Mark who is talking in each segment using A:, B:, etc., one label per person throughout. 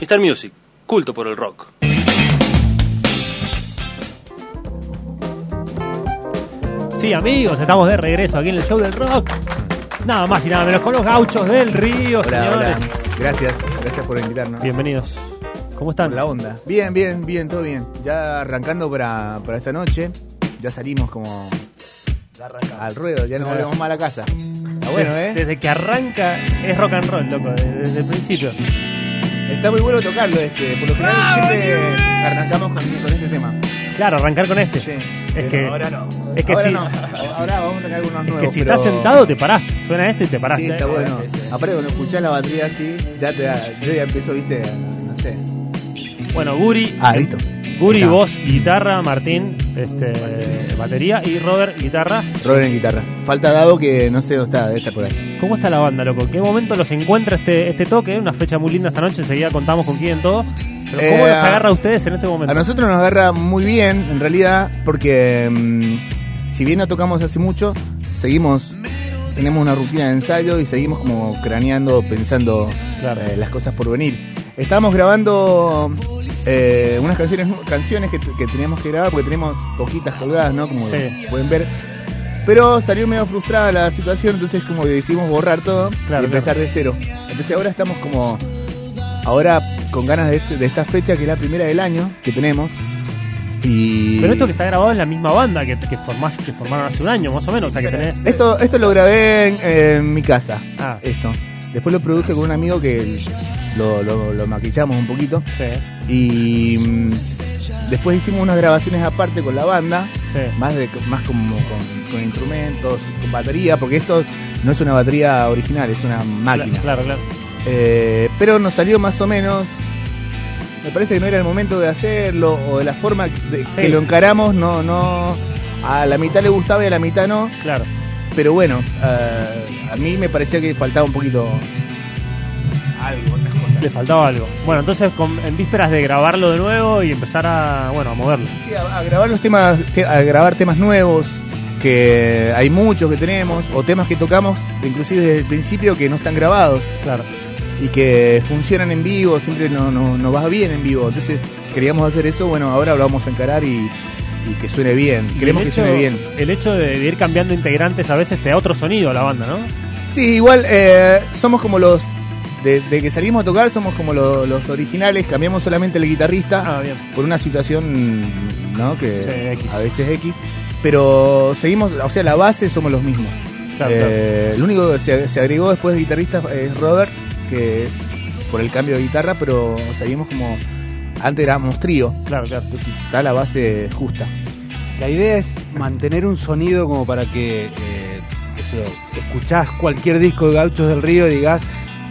A: Mr. Music, culto por el rock.
B: Sí, amigos, estamos de regreso aquí en el show del rock. Nada más y nada menos con los gauchos del río,
C: Hola, hola.
B: señores.
C: Gracias, gracias por invitarnos.
B: Bienvenidos. ¿Cómo
C: Por
B: están?
C: la onda. Bien, bien, bien, todo bien. Ya arrancando para, para esta noche. Ya salimos como al ruedo, ya nos
B: Claro.
C: volvemos más a la casa. Está bueno,
B: Desde-
C: ¿eh?
B: Desde que arranca es rock and roll, loco, desde, desde el principio.
C: Está muy bueno tocarlo este. Por lo
B: ¡Ah,
C: general siempre arrancamos con, con este tema.
B: Claro, arrancar con este.
C: Sí.
B: Es que,
D: Ahora no.
B: es que
C: Ahora
B: si,
C: no, ahora vamos a tocar algunos
B: es
C: nuevos.
B: que si
C: pero-
B: estás sentado te parás. Suena este y te parás.
C: Sí, está
B: Eh,
C: bueno.
B: eh,
C: Aparte cuando escuchás la batería así, ya te da- yo ya empiezo, viste, no sé.
B: Bueno, Guri,
C: Ah, listo.
B: Guri
C: Está.
B: voz, guitarra, Martín, este, batería y Robert, guitarra.
C: Robert en guitarra. Falta Dado que no sé dónde está, debe estar por ahí.
B: ¿Cómo está la banda, loco? ¿En qué momento los encuentra este, este toque? Una fecha muy linda esta noche, enseguida contamos con quién todo. Pero ¿cómo
C: Eh,
B: los agarra a ustedes en este momento?
C: A nosotros nos agarra muy bien, en realidad, porque mm, si bien no tocamos hace mucho, seguimos, tenemos una rutina de ensayo y seguimos como craneando, pensando
B: Claro.
C: eh, las cosas por venir. Estamos grabando eh, unas canciones, canciones que, que teníamos que grabar porque tenemos poquitas colgadas, ¿no? Como
B: Sí.
C: pueden ver. Pero salió medio frustrada la situación, entonces como que decidimos borrar todo
B: Claro,
C: y empezar de cero. Entonces ahora estamos como ahora con ganas de, este- de esta fecha que es la primera del año que tenemos. Y
B: Pero esto que está grabado es la misma banda que, que, formás- que formaron hace un año, más o menos. O sea, que tenés...
C: esto, esto lo grabé en, en mi casa.
B: Ah.
C: Esto. Después lo produje con un amigo que lo, lo- lo maquillamos un poquito.
B: Sí,
C: Y mm, después hicimos unas grabaciones aparte con la banda.
B: sí.
C: Más, de, más como con, con instrumentos, con batería, porque esto no es una batería original, es una máquina.
B: Claro, claro.
C: Eh, pero nos salió más o menos. Me parece que no era el momento de hacerlo o de la forma de- que lo encaramos, no, no. A la mitad le gustaba y a la mitad no.
B: Claro.
C: Pero bueno, eh, a mí me parecía que faltaba un poquito algo, otras cosas.
B: Le faltaba algo. Bueno, entonces con- en vísperas de grabarlo de nuevo y empezar a, bueno, a moverlo.
C: Sí, a, a grabar los temas, te- a grabar temas nuevos, que hay muchos que tenemos, o temas que tocamos, inclusive desde el principio que no están grabados.
B: Claro.
C: y que funcionan en vivo, siempre nos no, no va bien en vivo. Entonces queríamos hacer eso, bueno, ahora lo vamos a encarar y, y que suene bien. Queremos
B: Y
C: que
B: el hecho-
C: suene bien.
B: El hecho de, de ir cambiando integrantes a veces te da otro sonido a la banda, ¿no?
C: Sí, igual eh, somos como los... De, de que salimos a tocar somos como lo- los originales, cambiamos solamente el guitarrista
B: Ah, bien.
C: por una situación, ¿no?
B: Sí,
C: Que
B: X.
C: a veces X. Pero seguimos, o sea, la base somos los mismos.
B: Claro,
C: Eh, El único que se, se agregó después de guitarrista es Robert, que es por el cambio de guitarra, pero seguimos como. Antes éramos trío,
B: Claro, claro.
C: entonces está la base justa.
E: La idea es mantener un sonido como para que eh, qué sé yo, escuchás cualquier disco de Gauchos del Río y digas,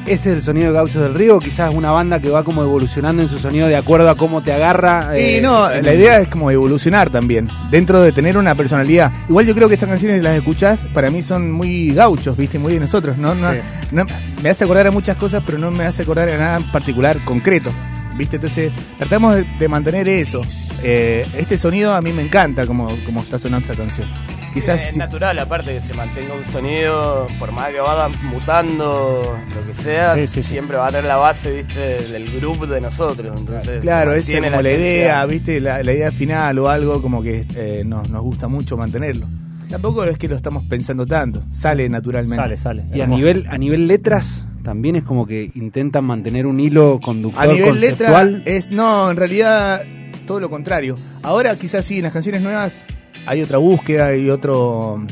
E: ese es el sonido de Gauchos del Río, o quizás una banda que va como evolucionando en su sonido de acuerdo a cómo te agarra.
C: Y
E: eh,
C: no,
E: en-
C: la idea es como evolucionar también, dentro de tener una personalidad. Igual yo creo que estas canciones las escuchás, para mí son muy gauchos, viste, muy de nosotros, ¿no? No-
B: Sí.
C: no- me hace acordar a muchas cosas, pero no me hace acordar a nada en particular, concreto, viste. Entonces, tratamos de, de mantener eso. Eh, este sonido a mí me encanta, como, como está sonando esta canción. Quizás
D: es
C: si-
D: natural, aparte que se mantenga un sonido, por más que vaya mutando, lo que sea,
B: Sí, sí, sí.
D: siempre va a tener la base, viste, del grupo de nosotros. Entonces,
C: Claro, esa es
D: tiene
C: como la
D: esencia.
C: idea, ¿viste? La, la idea final o algo como que eh, nos, nos gusta mucho mantenerlo. Tampoco es que lo estamos pensando tanto, sale naturalmente.
B: Sale, sale.
E: Y a
B: Hermoso.
E: nivel, a nivel letras, también es como que intentan mantener un hilo conductor
C: A nivel letra,
E: conceptual.
C: es, no, en realidad todo lo contrario. Ahora quizás sí, en las canciones nuevas hay otra búsqueda y otro,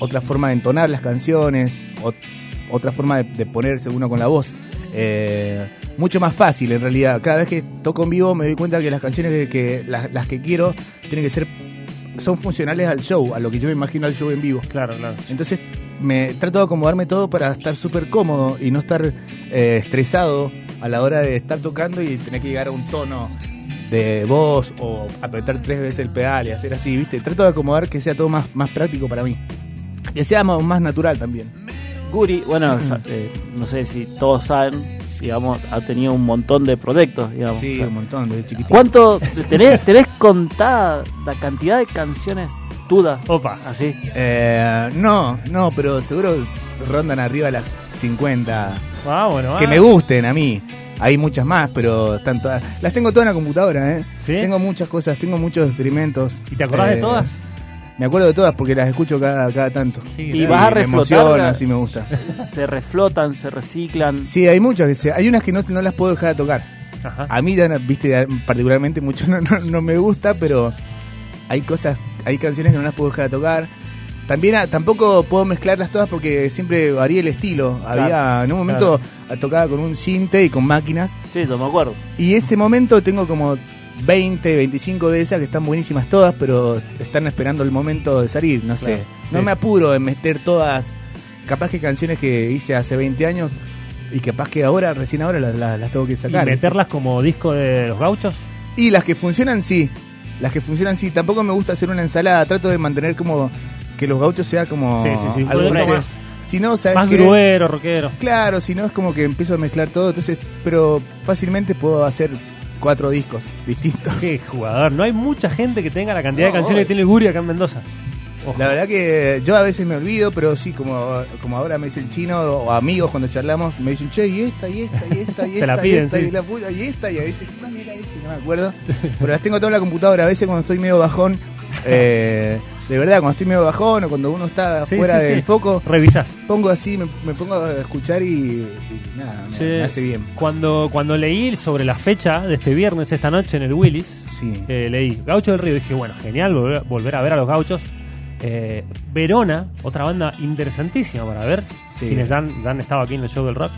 C: otra forma de entonar las canciones, ot- otra forma de, de ponerse uno con la voz. Eh, mucho más fácil en realidad. Cada vez que toco en vivo me doy cuenta que las canciones que, que- las, las que quiero tienen que ser son funcionales al show, a lo que yo me imagino al show en vivo.
B: Claro, claro.
C: Entonces me trato de acomodarme todo para estar súper cómodo y no estar eh, estresado a la hora de estar tocando y tener que llegar a un tono de voz o apretar tres veces el pedal y hacer así, ¿viste? Trato de acomodar que sea todo más, más práctico para mí. Que sea más, más natural también.
F: Guri,
B: Mm.
F: bueno, sa- eh, no sé si todos saben, digamos, ha tenido un montón de proyectos, digamos. O sea,
C: montón, desde chiquitito.
F: ¿Cuánto tenés, tenés contada la cantidad de canciones dudas?
B: Opa.
F: Así.
C: Eh, no, no, pero seguro rondan arriba las 50
B: Vámonos.
C: que
B: ah.
C: me gusten a mí. Hay muchas más, pero están todas. Las tengo todas en la computadora, ¿eh?
B: ¿Sí?
C: Tengo muchas cosas, tengo muchos experimentos. Eh,
B: ¿Y te acordás de todas?
C: Me acuerdo de todas porque las escucho cada, cada tanto.
F: Y vas a
C: me
F: reflotar
C: emociona,
F: la-
C: sí me gusta.
F: Se reflotan, se reciclan.
C: Sí, hay muchas que se- Hay unas que no, no las puedo dejar de tocar.
B: Ajá.
C: A mí, ya no- viste, ya particularmente mucho no, no- no me gusta, pero hay cosas, hay canciones que no las puedo dejar de tocar. También ah, tampoco puedo mezclarlas todas porque siempre varía el estilo. Había, en un momento tocaba con un cinte y con máquinas.
F: Sí, yo me acuerdo.
C: Y ese momento tengo como 20, 25 de esas que están buenísimas todas, pero están esperando el momento de salir, no sé.
F: Claro,
C: no
B: sí.
C: me apuro en meter todas, capaz que canciones que hice hace 20 años y capaz que ahora, recién ahora las, las- las tengo que
B: ¿Y
C: sacar.
B: meterlas como disco de los gauchos?
C: Y las que funcionan sí, las que funcionan sí. Tampoco me gusta hacer una ensalada, trato de mantener como que los gauchos sea como
B: Sí, sí, sí,
C: algo
B: puede
C: como
B: ser.
C: más. Si no, ¿sabes
B: Más
C: qué?
B: gruero, rockero.
C: Claro, si no es como que empiezo a mezclar todo, entonces, pero fácilmente puedo hacer cuatro discos distintos.
B: Qué jugador. No hay mucha gente que tenga la cantidad de
D: No,
B: canciones
D: obvio.
B: que tiene el Guri acá en Mendoza. Ojo.
C: La verdad que yo a veces me olvido, pero sí, como, como ahora me dice el chino o amigos cuando charlamos, me dicen, che, y esta, y esta, y esta, y esta,
B: Te la
C: y
B: piden,
C: esta,
B: sí.
C: y la puta, y esta, y a veces, "Ah, mira ese", no me acuerdo. Pero las tengo todas en la computadora, a veces cuando estoy medio bajón, eh, de verdad, cuando estoy medio bajón o cuando uno está
B: Sí,
C: fuera
B: sí, sí.
C: del foco,
B: Revisás.
C: pongo así, me, me pongo a escuchar y, y nada, me,
B: Sí.
C: me hace bien.
B: Cuando, cuando leí sobre la fecha de este viernes, esta noche en el Willis,
C: Sí.
B: eh, leí Gaucho del Río. Dije, bueno, genial volver, volver a ver a los gauchos. Eh, Verona, otra banda interesantísima para ver.
C: Sí.
B: Quienes ya han, ya han estado aquí en el show del rock.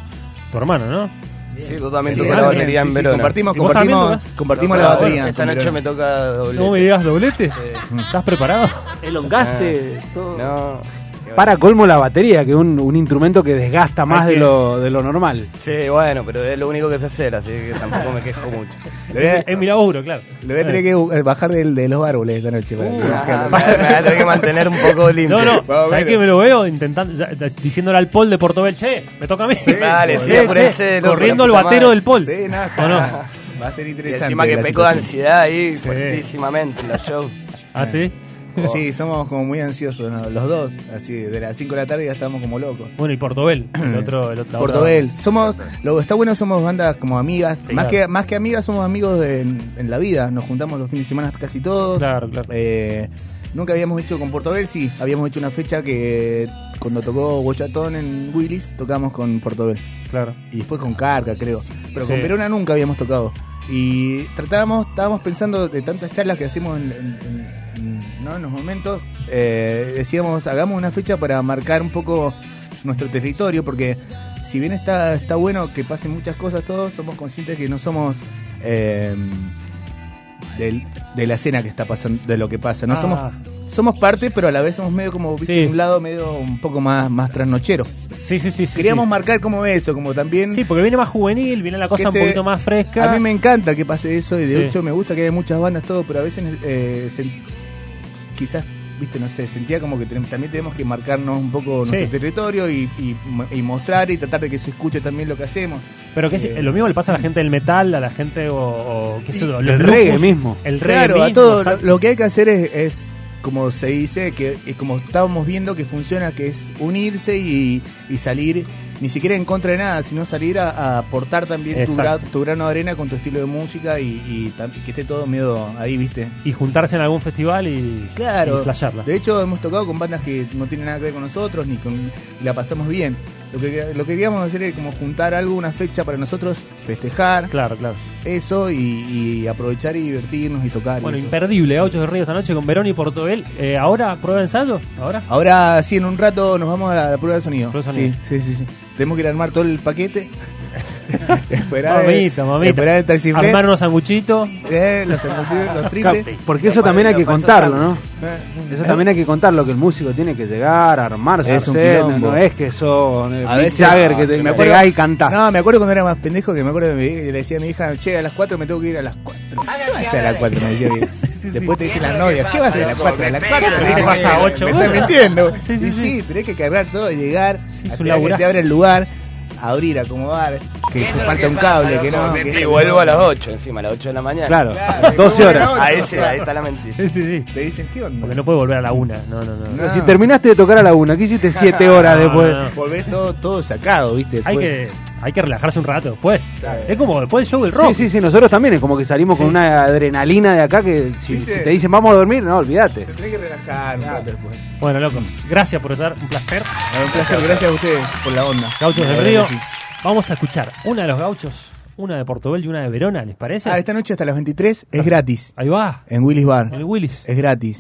B: Tu hermano, ¿no?
D: Sí, totalmente
C: Sí,
D: con la
C: también,
D: batería
C: sí,
D: en
C: sí,
D: Verona.
C: compartimos,
B: ¿Y vos también
C: compartimos,
B: tocás?
C: compartimos
D: Ahora,
C: la batería.
D: Esta
C: con
D: noche
C: Verona.
D: me toca doble.
B: ¿No me digas doblete? ¿Estás preparado?
F: Elongaste, todo.
D: Ah, No.
E: Para colmo la batería, que es un, un instrumento que desgasta más
B: Hay
E: de
B: que-
E: lo, de lo normal.
D: Sí, bueno, pero es lo único que sé hacer, así que tampoco me quejo mucho.
C: Le voy a-
B: es mi laburo, claro.
C: Eh, Le voy a tener que eh, bajar del- de los árboles esta noche. para
B: Uh,
C: que-
D: Ajá, me me voy a tener que mantener un poco limpio.
B: No, no,
C: Vamos a
B: ¿sabes
C: ver.
B: que me lo veo intentando, ya- ya- diciéndole al Pol de Portobel, che, me toca a mí?
D: Dale,
B: Che,
D: sí,
B: che,
D: apurese, loco, la
B: corriendo el
D: puta
B: batero
D: madre.
B: del Pol.
C: Sí, no,
B: ¿O no?
C: Va a ser
D: Y
C: interesante.
D: encima que
C: la
D: peco de
C: situación.
D: ansiedad ahí, fuertísimamente, en los shows.
B: ¿Ah, sí?
C: Sí, somos como muy ansiosos ¿no? los dos. Así, de las 5 de la tarde ya estamos como locos.
B: Bueno, y Portobel, el otro, el otro.
C: Mm. Portobel, somos, lo que está bueno somos bandas como amigas, más que más que amigas somos amigos de- en, en la vida, nos juntamos los fines de semana casi todos.
B: Claro, claro.
C: Eh, nunca habíamos hecho con Portobel, sí, habíamos hecho una fecha que cuando tocó Bochatón en Willis tocamos con Portobel.
B: Claro.
C: y después con Carga, creo. Pero con
B: Sí.
C: Verona nunca habíamos tocado. Y tratábamos, estábamos pensando de tantas charlas que hacemos en, en- en- en- ¿no? en los momentos. eh, decíamos, hagamos una fecha para marcar un poco nuestro territorio, porque si bien está, está bueno que pasen muchas cosas todos, somos conscientes que no somos... eh, del- de la escena que está pasando, de lo que pasa. No
B: Ah.
C: somos somos parte, pero a la vez somos medio como ¿viste?
B: Sí.
C: un lado medio un poco más más trasnochero.
B: Sí, sí, sí. sí,
C: Queríamos
B: sí.
C: marcar como eso, como también
B: Sí, porque viene más juvenil, viene la cosa
C: que
B: un
C: se-
B: poquito más fresca.
C: A mí me encanta que pase eso y de
B: Sí.
C: hecho me gusta que haya muchas bandas, todo, pero a veces eh, sen- quizás, viste, no sé, sentía como que ten- también tenemos que marcarnos un poco
B: Sí.
C: nuestro territorio y, y mo- y mostrar y tratar de que se escuche también lo que hacemos.
B: Pero que es,
C: Eh,
B: lo mismo le pasa a la gente del metal, a la gente o, o qué sé yo, los
E: el reggae
B: lupus,
E: mismo.
B: El reggae
C: Claro, a
B: mismo,
C: todo lo,
B: exacto.
C: lo que hay que hacer es, es, como se dice, que es como estábamos viendo que funciona, que es unirse y, y salir, ni siquiera en contra de nada, sino salir a- a aportar también tu, gra-
B: Exacto.
C: tu grano de arena con tu estilo de música y, y tam- que esté todo medio ahí, viste.
B: y juntarse en algún festival y,
C: Claro.
B: y flashearla.
C: De hecho, hemos tocado con bandas que no tienen nada que ver con nosotros ni con y la pasamos bien. Lo que, lo que queríamos hacer es como juntar algo, una fecha para nosotros, festejar
B: Claro, claro.
C: eso y, y aprovechar y divertirnos y tocar. y
B: Bueno,
C: eso.
B: imperdible, Gauchos de Río esta noche con Verón y Portobel. Eh, ahora, prueba de ensayo, ahora.
C: Ahora sí, en un rato nos vamos a la prueba de sonido.
B: Prueba de sonido.
C: Sí, sí, sí, sí. Tenemos que ir a armar todo el paquete. esperar,
B: Mamita, mamita.
C: esperar eh, el taxi flex,
B: Armar unos sanguchitos.
C: eh, los, sanguchitos, los triples.
E: Porque eso también hay que contarlo, ¿no?
C: Eh,
E: Eso también hay que contarlo, que el músico tiene que llegar, armarse,
C: Es un
E: hacer, no,
C: quilombo.
E: no es que sos eh,
C: A
E: Mick
C: veces-
E: Jagger que te
C: me acuerdo-
E: llegás y cantás.
C: No, me acuerdo cuando era más pendejo que me acuerdo que me- le decía a mi hija, che, a las 4 me tengo que ir a las 4. ¿Qué vas a hacer a las 4? Me decía bien. Después te dicen las novias, ¿qué vas a hacer a las 4? A las 4
B: ¿Qué te pasa, ocho?
C: Me estás
B: Bueno.
C: mintiendo.
B: Sí, sí,
C: Y
B: sí.
C: sí, tenés que cargar todo, llegar,
B: Sí, es
C: a
B: un
C: esperar que
B: laburazo.
C: te abra el lugar, abrir, acomodar, que se falta un cable, que no. que-
D: Y vuelvo a las 8, encima, a las 8 de la mañana.
E: Claro,
C: Claro,
E: 12
C: bueno,
E: horas.
D: Ahí, sí, ahí está la mentira.
B: Sí, sí, sí.
C: Te dicen, ¿qué onda?
B: Porque no puede volver a la una. No, no, no.
C: No.
E: Si terminaste de tocar a la una, ¿qué hiciste 7 horas
B: No,
E: después?
B: no, no.
C: Volvés todo, todo sacado, ¿viste?
B: Hay
C: Después-
B: que, hay que relajarse un rato después. Es como después del show del rock.
E: Sí, sí, sí, nosotros también es como que salimos con una adrenalina de acá que si,
C: ¿Viste?
E: si te dicen vamos a dormir, no, olvídate.
C: Te tenés que relajar un rato después.
B: Bueno, locos, gracias por estar, un placer.
C: Un placer, gracias a ustedes por la onda.
B: Gauchos
C: La
B: del
C: verdad
B: Río.
C: que sí.
B: Vamos a escuchar una de los gauchos, una de Portobel y una de Verona, ¿les parece?
C: Ah, esta noche hasta las 23 es gratis.
B: Ahí va,
C: En Willis Bar.
B: el Willis.
C: Es gratis.